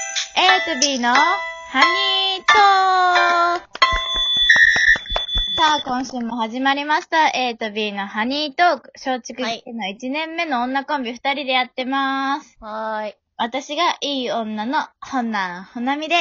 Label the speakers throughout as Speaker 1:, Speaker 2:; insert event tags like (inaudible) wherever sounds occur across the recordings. Speaker 1: スビーのハニートークさあ、今週も始まりました。A と B のハニートーク。松竹
Speaker 2: はい
Speaker 1: の1年目の女コンビ2人でやってます。
Speaker 2: はーい。
Speaker 1: 私がいい女のほな、ほなみで、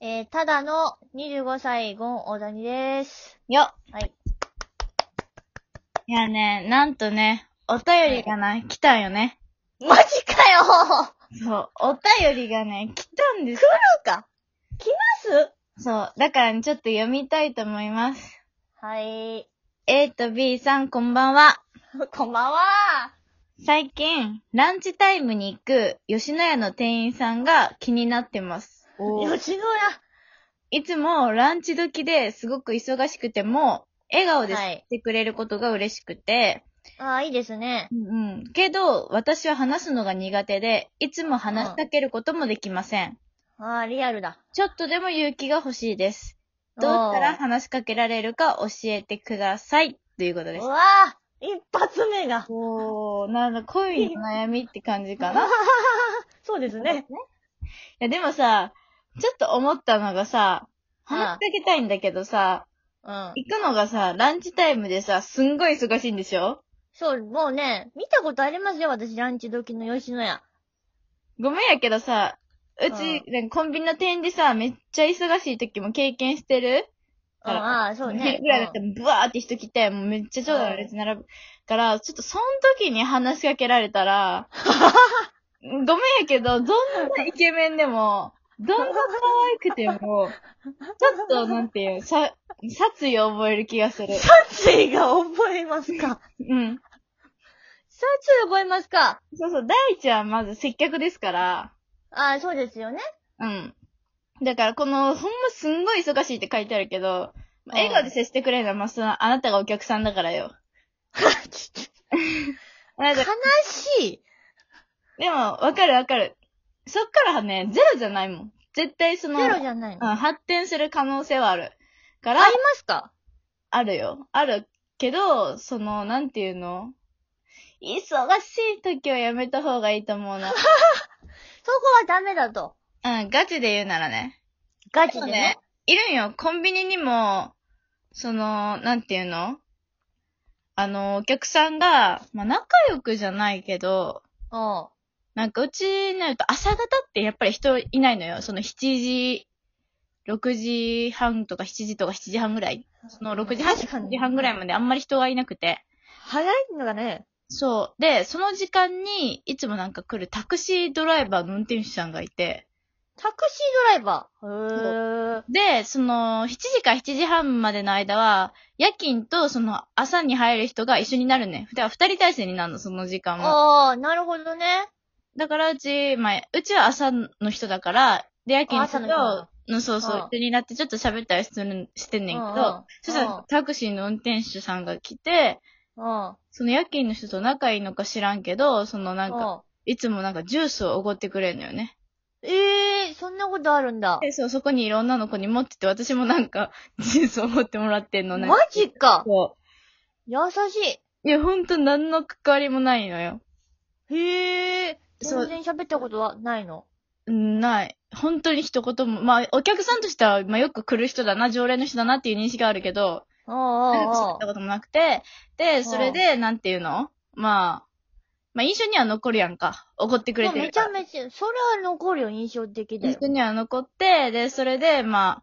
Speaker 2: えー、ただの25歳ゴン小谷です。
Speaker 1: よ
Speaker 2: はい。
Speaker 1: いやね、なんとね、お便りがな、来たんよね。
Speaker 2: マジかよー
Speaker 1: そう、お便りがね、来たんです。
Speaker 2: そうか。来ます
Speaker 1: そう、だからねちょっと読みたいと思います。
Speaker 2: はい。
Speaker 1: A と B さん、こんばんは。
Speaker 2: こんばんは
Speaker 1: 最近、ランチタイムに行く吉野家の店員さんが気になってます。
Speaker 2: 吉野
Speaker 1: いつもランチ時ですごく忙しくても、笑顔でしてくれることが嬉しくて、
Speaker 2: 家。ああ、いいですね。
Speaker 1: うんうん。けど、私は話すのが苦手で、いつも話しかけることもできません。
Speaker 2: ああ、リアルだ。
Speaker 1: ちょっとでも勇気が欲しいです。どうしたら話しかけられるか教えてください。ということ
Speaker 2: お
Speaker 1: で
Speaker 2: ー
Speaker 1: す
Speaker 2: う。わあ一発目が。
Speaker 1: おー、なんだ、恋の悩みって感じかな。い
Speaker 2: (laughs) そうですね。
Speaker 1: や、でもさ、ちょっと思ったのがさ、話しかけたいんだけどさ、
Speaker 2: うん。
Speaker 1: 行くのがさ、ランチタイムでさ、すんごい忙しいんでしょ
Speaker 2: そう、もうね、見たことありますよ、私、ランチ時の吉野家。
Speaker 1: ごめんやけどさ、うち、ねコンビニの店員でさ、めっちゃ忙しい時も経験してる
Speaker 2: うん、ああ、そうね
Speaker 1: 昼。ぐらいだったら、ブワーって人来て、もうめっちゃ長蛇の列並ぶから、ちょっとその時に話しかけられたら、ごめんやけど、どんなイケメンでも、どんな可愛くても、ちょっと、なんていう、さ、殺意を覚える気がする。
Speaker 2: 殺意が覚えますか
Speaker 1: うん。
Speaker 2: 殺意覚えますか
Speaker 1: そうそう、第一はまず接客ですから、
Speaker 2: ああ、そうですよね。
Speaker 1: うん。だから、この、ほんますんごい忙しいって書いてあるけど、まあ笑顔で接してくれるのは、まあ、その、あなたがお客さんだからよ。あなた
Speaker 2: 悲しい。
Speaker 1: でも、わかるわかる。そっからはね、ゼロじゃないもん。絶対その、
Speaker 2: ゼロじゃないの。
Speaker 1: うん、発展する可能性はある。から、
Speaker 2: ありますか
Speaker 1: あるよ。あるけど、その、なんていうの忙しい時はやめた方がいいと思
Speaker 2: (laughs)
Speaker 1: うな。
Speaker 2: そこはダメだと。
Speaker 1: うん、ガチで言うならね。
Speaker 2: ガチ
Speaker 1: そう
Speaker 2: で
Speaker 1: ね
Speaker 2: ね。。
Speaker 1: いるんよ。コンビニにも、その、なんていうのあの、お客さんが、まあ、仲良くじゃないけど、
Speaker 2: うん。
Speaker 1: なんかうちになると朝方ってやっぱり人いないのよ。その7時、6時半とか7時とか7時半ぐらい。その6時半、
Speaker 2: 確かに
Speaker 1: 7時半ぐらいまであんまり人がいなくて。
Speaker 2: 早いのがね。
Speaker 1: そう。で、その時間にいつもなんか来るタクシードライバーの運転手さんがいて。
Speaker 2: タクシードライバー。へー。
Speaker 1: で、その7時から7時半までの間は、夜勤とその朝に入る人が一緒になるね。だから二人体制になるの、その時間は。
Speaker 2: ああ、なるほどね。
Speaker 1: だからうち、まあ、うちは朝の人だから、で、夜勤
Speaker 2: あ
Speaker 1: の人
Speaker 2: 朝の人なん
Speaker 1: と、うんそうそう
Speaker 2: うん、
Speaker 1: 一緒になってちょっと喋ったりする、してんねんけ
Speaker 2: うんうん
Speaker 1: ど、そした
Speaker 2: うん
Speaker 1: らタクシーの運転手さんが来て、
Speaker 2: うん。
Speaker 1: その夜勤の人と仲いいのか知らんけど、そのなんか、
Speaker 2: うん
Speaker 1: いつもなんかジュースをおごってくれるのよね。
Speaker 2: ええー、そんなことあるんだ。
Speaker 1: で、そう、そこにいろんなの子に持ってて、私もなんか、 (laughs) ジュースをおごってもらってんのね。
Speaker 2: マジか。
Speaker 1: そ
Speaker 2: 優し
Speaker 1: う。いや、ほんと何の関わりもないのよ。
Speaker 2: い。へえ。
Speaker 1: そう
Speaker 2: 全然喋ったことはないの。
Speaker 1: うんない。本当に一言も、まあ、お客さんとしては、まあ、よく来る人だな、常連の人だなっていう認識があるけど、
Speaker 2: あ
Speaker 1: 長く喋っ
Speaker 2: ああ
Speaker 1: た
Speaker 2: あ、
Speaker 1: こともなくて、で、それで、なんていうのまあ、まあ、印象には残るやんか。怒ってくれ
Speaker 2: もう
Speaker 1: て
Speaker 2: め
Speaker 1: る
Speaker 2: ち
Speaker 1: か
Speaker 2: ゃ
Speaker 1: ら。
Speaker 2: めちゃ、それは残るよ、印象的だ
Speaker 1: 印
Speaker 2: よ。
Speaker 1: 象には残って、で、それで、まあ、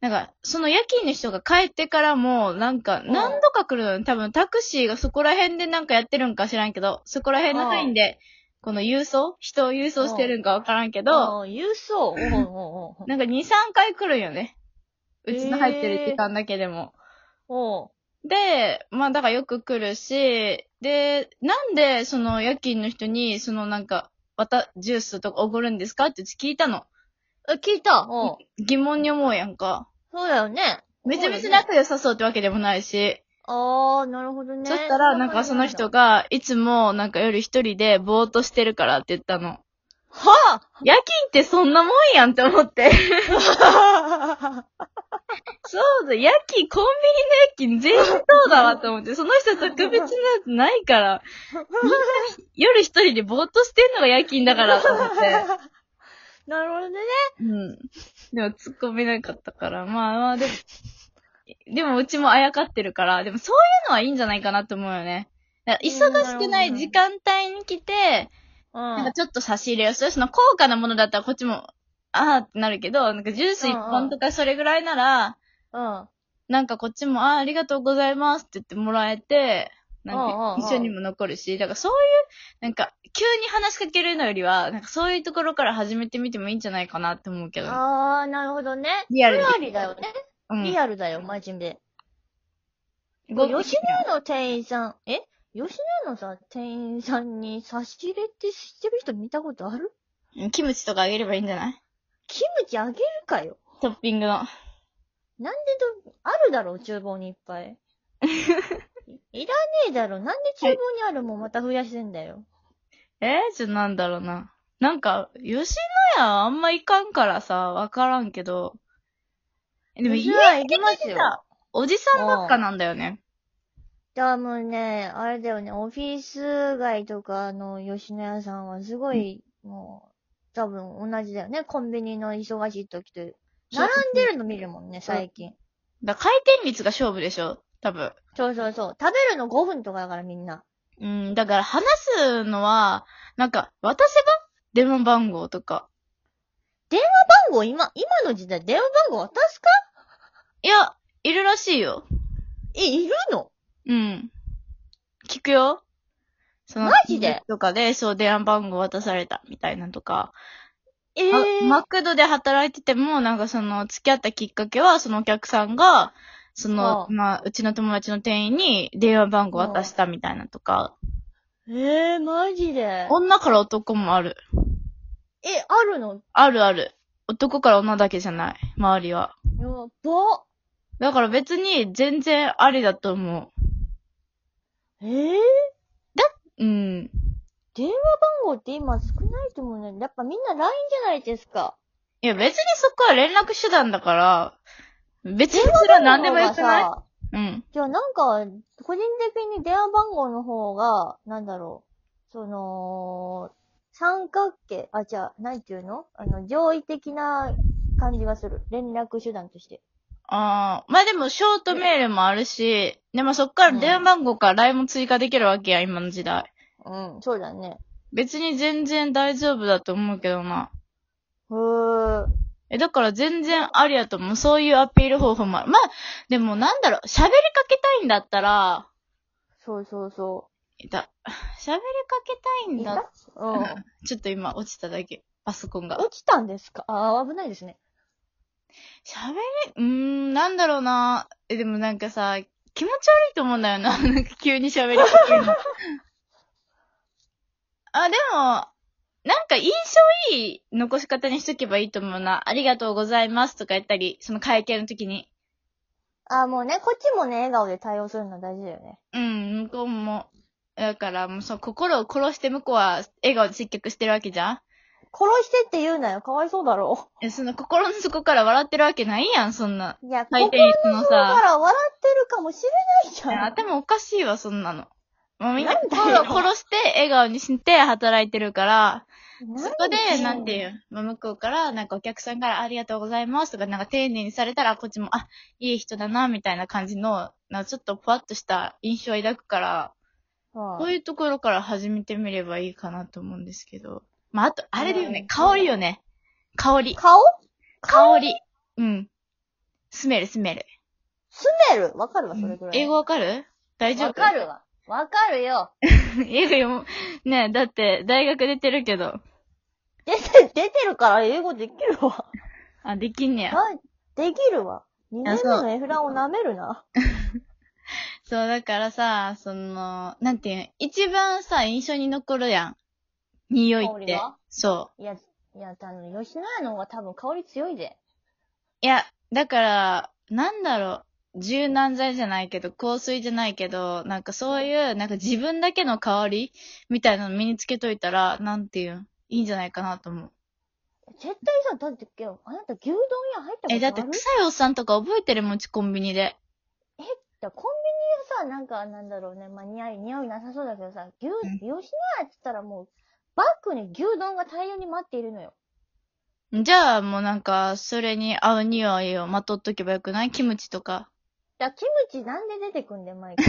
Speaker 1: なんか、その夜勤の人が帰ってからも、なんか、
Speaker 2: うん
Speaker 1: 何度か来るのよ多分タクシーがそこら辺でなんかやってるんか知らんけど、そこら辺の範囲で、この郵送人を郵送してるんかわからんけど、
Speaker 2: ああ、郵送。おうおうおう
Speaker 1: なんか2、3回来るんよね。うちの入ってる時間だけでも。
Speaker 2: おう。
Speaker 1: で、まあだからよく来るし、で、なんでその夜勤の人に、そのなんか、わた、ジュースとかおごるんですかってうち聞いたの。
Speaker 2: え、聞いた。おう。
Speaker 1: 疑問に思うやんか。
Speaker 2: そうだよね。
Speaker 1: めちゃめちゃ
Speaker 2: そうだよね
Speaker 1: 仲良さそうってわけでもないし。
Speaker 2: ああ、なるほどね。
Speaker 1: そしたら、なんかその人
Speaker 2: が。
Speaker 1: が、いつもなんか夜一人でぼーっとしてるからって言った (laughs) の。
Speaker 2: は
Speaker 1: 夜勤ってそんなもんやんって思って。
Speaker 2: あ
Speaker 1: そうだ、夜勤、コンビニの夜勤全員そうだわと思って、その人特別なやつないから、みんな夜一人でぼーっとしてんのが夜勤だからと思って。
Speaker 2: (laughs) なるほどね。
Speaker 1: うん。でも突っ込めなかったから、まあまあでも、でもうちもあやかってるから、でもそういうのはいいんじゃないかなと思うよね。だから忙しくない時間帯に来て、
Speaker 2: う
Speaker 1: なんか
Speaker 2: ん。
Speaker 1: ちょっと差し入れをする。その高価なものだったらこっちも、あーってなるけど、なんかジュース一本とかそれぐらいなら、
Speaker 2: うん。
Speaker 1: なんかこっちも、あーありがとうございますって言ってもらえて、
Speaker 2: うん
Speaker 1: な
Speaker 2: うん
Speaker 1: んか
Speaker 2: うん
Speaker 1: 一緒にも残るし、だからそういう、なんか急に話しかけるのよりは、なんかそういうところから始めてみてもいいんじゃないかなって思うけど。
Speaker 2: あー、なるほどね。
Speaker 1: リアルで
Speaker 2: リアルだよね。
Speaker 1: うん
Speaker 2: リアルだよ、マジで。
Speaker 1: ご
Speaker 2: 吉野の店員さん、え吉野のさ、店員さんに差し入れって知ってる人見たことある
Speaker 1: キムチとかあげればいいんじゃない
Speaker 2: キムチあげるかよ。
Speaker 1: トッピングの。
Speaker 2: なんでど、あるだろう、厨房にいっぱ (laughs) い。いいらねえだろ。なんで厨房にあるもんまた増やしてんだよ。
Speaker 1: えー、じゃあなんだろうな。なんか、吉野家あんま行かんからさ、わからんけど。でも
Speaker 2: 吉
Speaker 1: 家
Speaker 2: 野家行きますよ。
Speaker 1: さ、おじさんばっかなんだよね。
Speaker 2: 多分ね、あれだよね、オフィス街とかの吉野家さんはすごい、もう、多分同じだよね。コンビニの忙しい時と。並んでるの見るもんね、最近。
Speaker 1: だから回転率が勝負でしょ多分。
Speaker 2: そうそうそう。食べるの5分とかだからみんな。
Speaker 1: うん、だから話すのは、なんか、渡せば電話番号とか。
Speaker 2: 番号今、今の時代電話番号渡すか
Speaker 1: いや、いるらしいよ。
Speaker 2: え、いるの
Speaker 1: うん。聞くよ。その
Speaker 2: マジで
Speaker 1: とかで、そう、電話番号渡されたみたいなとか。
Speaker 2: ええ
Speaker 1: あマクドで働いてても、なんかその、付き合ったきっかけは、そのお客さんが、その
Speaker 2: あ、あ
Speaker 1: まあ、うちの友達の店員に電話番号渡したみたいなとか、
Speaker 2: えー、マジで。
Speaker 1: 女から男もある。
Speaker 2: え、あるの
Speaker 1: あるある。男から女だけじゃない。周りは。
Speaker 2: やば。
Speaker 1: だから別に全然ありだと思
Speaker 2: えー、
Speaker 1: う。うん。
Speaker 2: 電話番号って今少ないと思うね。やっぱみんな LINE じゃないですか。
Speaker 1: いや別にそこは連絡手段だから、別にそれは何でもよくないう
Speaker 2: い
Speaker 1: ん。
Speaker 2: じゃあなんか、個人的に電話番号の方が、なんだろう、その、三角形、あ、じゃあ、なんていうのあの、上位的な感じがする。連絡手段として。
Speaker 1: ああ。まあでもショートメールもあるし、でもそっから電話番号から LINE も追加できるわけや、今の時代。
Speaker 2: うん、そうだね。
Speaker 1: 別に全然大丈夫だと思うけどな。
Speaker 2: へー。
Speaker 1: え、だから全然ありやと思う。そういうアピール方法もある。まあ、でもなんだろう、喋りかけたいんだったら、
Speaker 2: そうそうそ
Speaker 1: えだ、喋りかけたい。
Speaker 2: うん
Speaker 1: だ。
Speaker 2: うん。落
Speaker 1: ちょっと今落ちただけ。パソコンが。
Speaker 2: ちたんですかあー、危ないですね。
Speaker 1: 喋れ、うーん、なんだろうな。え、でもなんかさ、気持ち悪いと思うんだよな。 (laughs) なんか急に喋りかけるの。あ、でも、なんか印象いい残し方にしとけばいいと思うな。ありがとうございますとか言ったり、その会見の時に。
Speaker 2: あー、もうね、こっちもね、笑顔で対応するの大事だよね。
Speaker 1: うん、向こうも。だから、もうそう、心を殺して向こうは笑顔で接客してるわけじゃん
Speaker 2: 殺してって言うなよ。かわいそうだろ。
Speaker 1: え、その心の底から笑ってるわけないやん、そんな。
Speaker 2: いや、
Speaker 1: 回
Speaker 2: 心
Speaker 1: 転
Speaker 2: の
Speaker 1: 率の
Speaker 2: 底か
Speaker 1: さ。
Speaker 2: ら笑ってるかもしれないじゃん。
Speaker 1: 頭おかしいわ、そんなの。もうみんな
Speaker 2: なんだよ
Speaker 1: 心を殺して、笑顔にして働いてるから、
Speaker 2: そ
Speaker 1: そこで、なんていう、まあ向こうから、なんかお客さんからありがとうございますとか、なんか丁寧にされたら、こっちも、あ、いい人だな、みたいな感じの、なんかちょっとぽわっとした印象を抱くから、こうい
Speaker 2: い
Speaker 1: うところから始めてみればいいかなと思うんですけど。まあ、あと、あれだよ
Speaker 2: う
Speaker 1: ね
Speaker 2: ん、
Speaker 1: 香りよね。香り。
Speaker 2: 顔
Speaker 1: 香り。うん。スメル、スメル。
Speaker 2: スメルわかるわ、それぐらい。
Speaker 1: 英語わかる大丈夫
Speaker 2: わかるわ。わかるよ。
Speaker 1: (laughs) 英語よ、ねえ、だって、大学出てるけど。
Speaker 2: 出て、出てるから英語できるわ。
Speaker 1: あ、できんねや。
Speaker 2: なできるわ。2年目
Speaker 1: そう
Speaker 2: のエフランを舐めるな。
Speaker 1: そう、だからさ、その、なんていうん、一番さ、印象に残るやん。匂い
Speaker 2: 香
Speaker 1: っ
Speaker 2: り
Speaker 1: て
Speaker 2: が。
Speaker 1: そ
Speaker 2: いや、いや、あの、吉野家の方が多分香り強いで。
Speaker 1: う。いや、だから、なんだろう、柔軟剤じゃないけど、香水じゃないけど、なんかそういう、なんか自分だけの香りみたいなの身につけといたら、なんていうん、いいんじゃないかなと思う。
Speaker 2: 絶対さ、だって今日、あなた牛丼屋入ったことある
Speaker 1: え、だって臭いおっさんとか覚えてるもん、うちコンビニで。
Speaker 2: だからコンビニはさ、なんか、なんだろうね、まあ、似合い、似合いなさそうだけどさ、牛、
Speaker 1: ん
Speaker 2: 吉野家って言ったらもう、バッグに牛丼が大量に待っているのよ。
Speaker 1: じゃあもうなんか、それに合う匂いをまとっとけばよくないキムチとか。
Speaker 2: だキムチなんで出てくんだよ、毎回。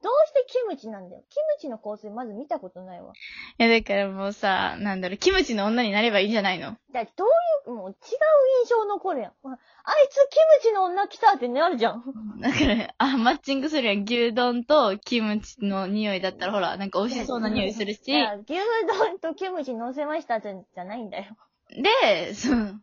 Speaker 2: どうしてキムチなんだよ。キムチの香水まず見たことないわ。
Speaker 1: いやだからもうさ、なんだろう、キムチの女になればいいんじゃないの
Speaker 2: だどういう、もう違う印象残るやん。ほらあいつキムチの女来たってなるじゃん。
Speaker 1: だから、あ、マッチングするやん。牛丼とキムチの匂いだったらほら、なんか美味しそうな匂いするし
Speaker 2: い。や牛丼とキムチ乗せましたじゃじゃないんだよ。
Speaker 1: で、そう。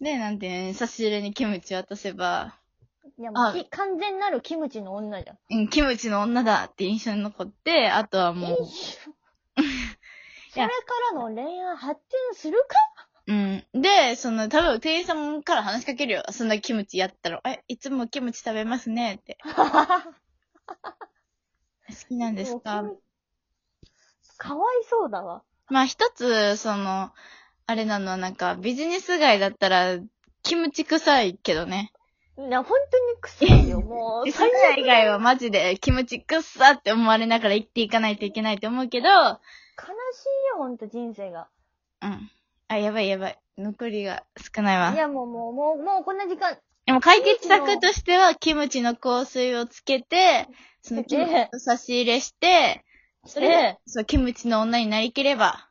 Speaker 1: で、なんていうの、差し入れにキムチ渡せば、
Speaker 2: いや、もう
Speaker 1: あ
Speaker 2: き完全なるキムチの女じゃん。
Speaker 1: うん、キムチの女だって印象に残って、あとはもう、
Speaker 2: それからの恋愛発展するか
Speaker 1: うん。で、その、多分店員さんから話しかけるよ。そんなキムチやったら、え、いつもキムチ食べますねって。 (laughs) 好きなんですか
Speaker 2: もうキムかわいそうだわ。
Speaker 1: まあ一つ、その、あれなのはなんか、ビジネス街だったら、キムチ臭いけどね。
Speaker 2: いや、本当に臭
Speaker 1: (laughs)
Speaker 2: いよ、もう。
Speaker 1: ビジネス街以外はマジでキムチ臭って思われながら生きていかないといけないと思うけど、
Speaker 2: 悲しいよ、ほんと人生が。
Speaker 1: うん。あ、やばいやばい。残りが少ないわ
Speaker 2: い。や、もう、もう、もう、もうこんな時間。
Speaker 1: でも解決策としては、キムチの香水をつけて、そのキムチを差し入れして、それで、そう、キムチの女になりきれば、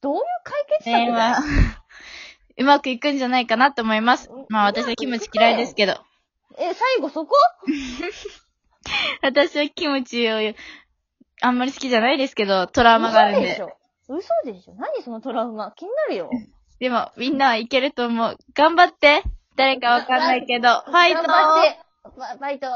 Speaker 2: どういう解決
Speaker 1: 恋愛
Speaker 2: 策だ
Speaker 1: は (laughs)
Speaker 2: よ。、
Speaker 1: うまくいくんじゃないかなと思います。まあ私はキムチ嫌いですけど、
Speaker 2: え、最後そこ
Speaker 1: 私はキムチを、あんまり好きじゃないですけど、トラウマがあるん
Speaker 2: 嘘でし
Speaker 1: で。
Speaker 2: ょ。嘘でしょ。何そのトラウマ。気になるよ。
Speaker 1: でも、みんなはいけると思う。頑張って誰かわかんないけど、ファイト
Speaker 2: 頑張って。ババイト。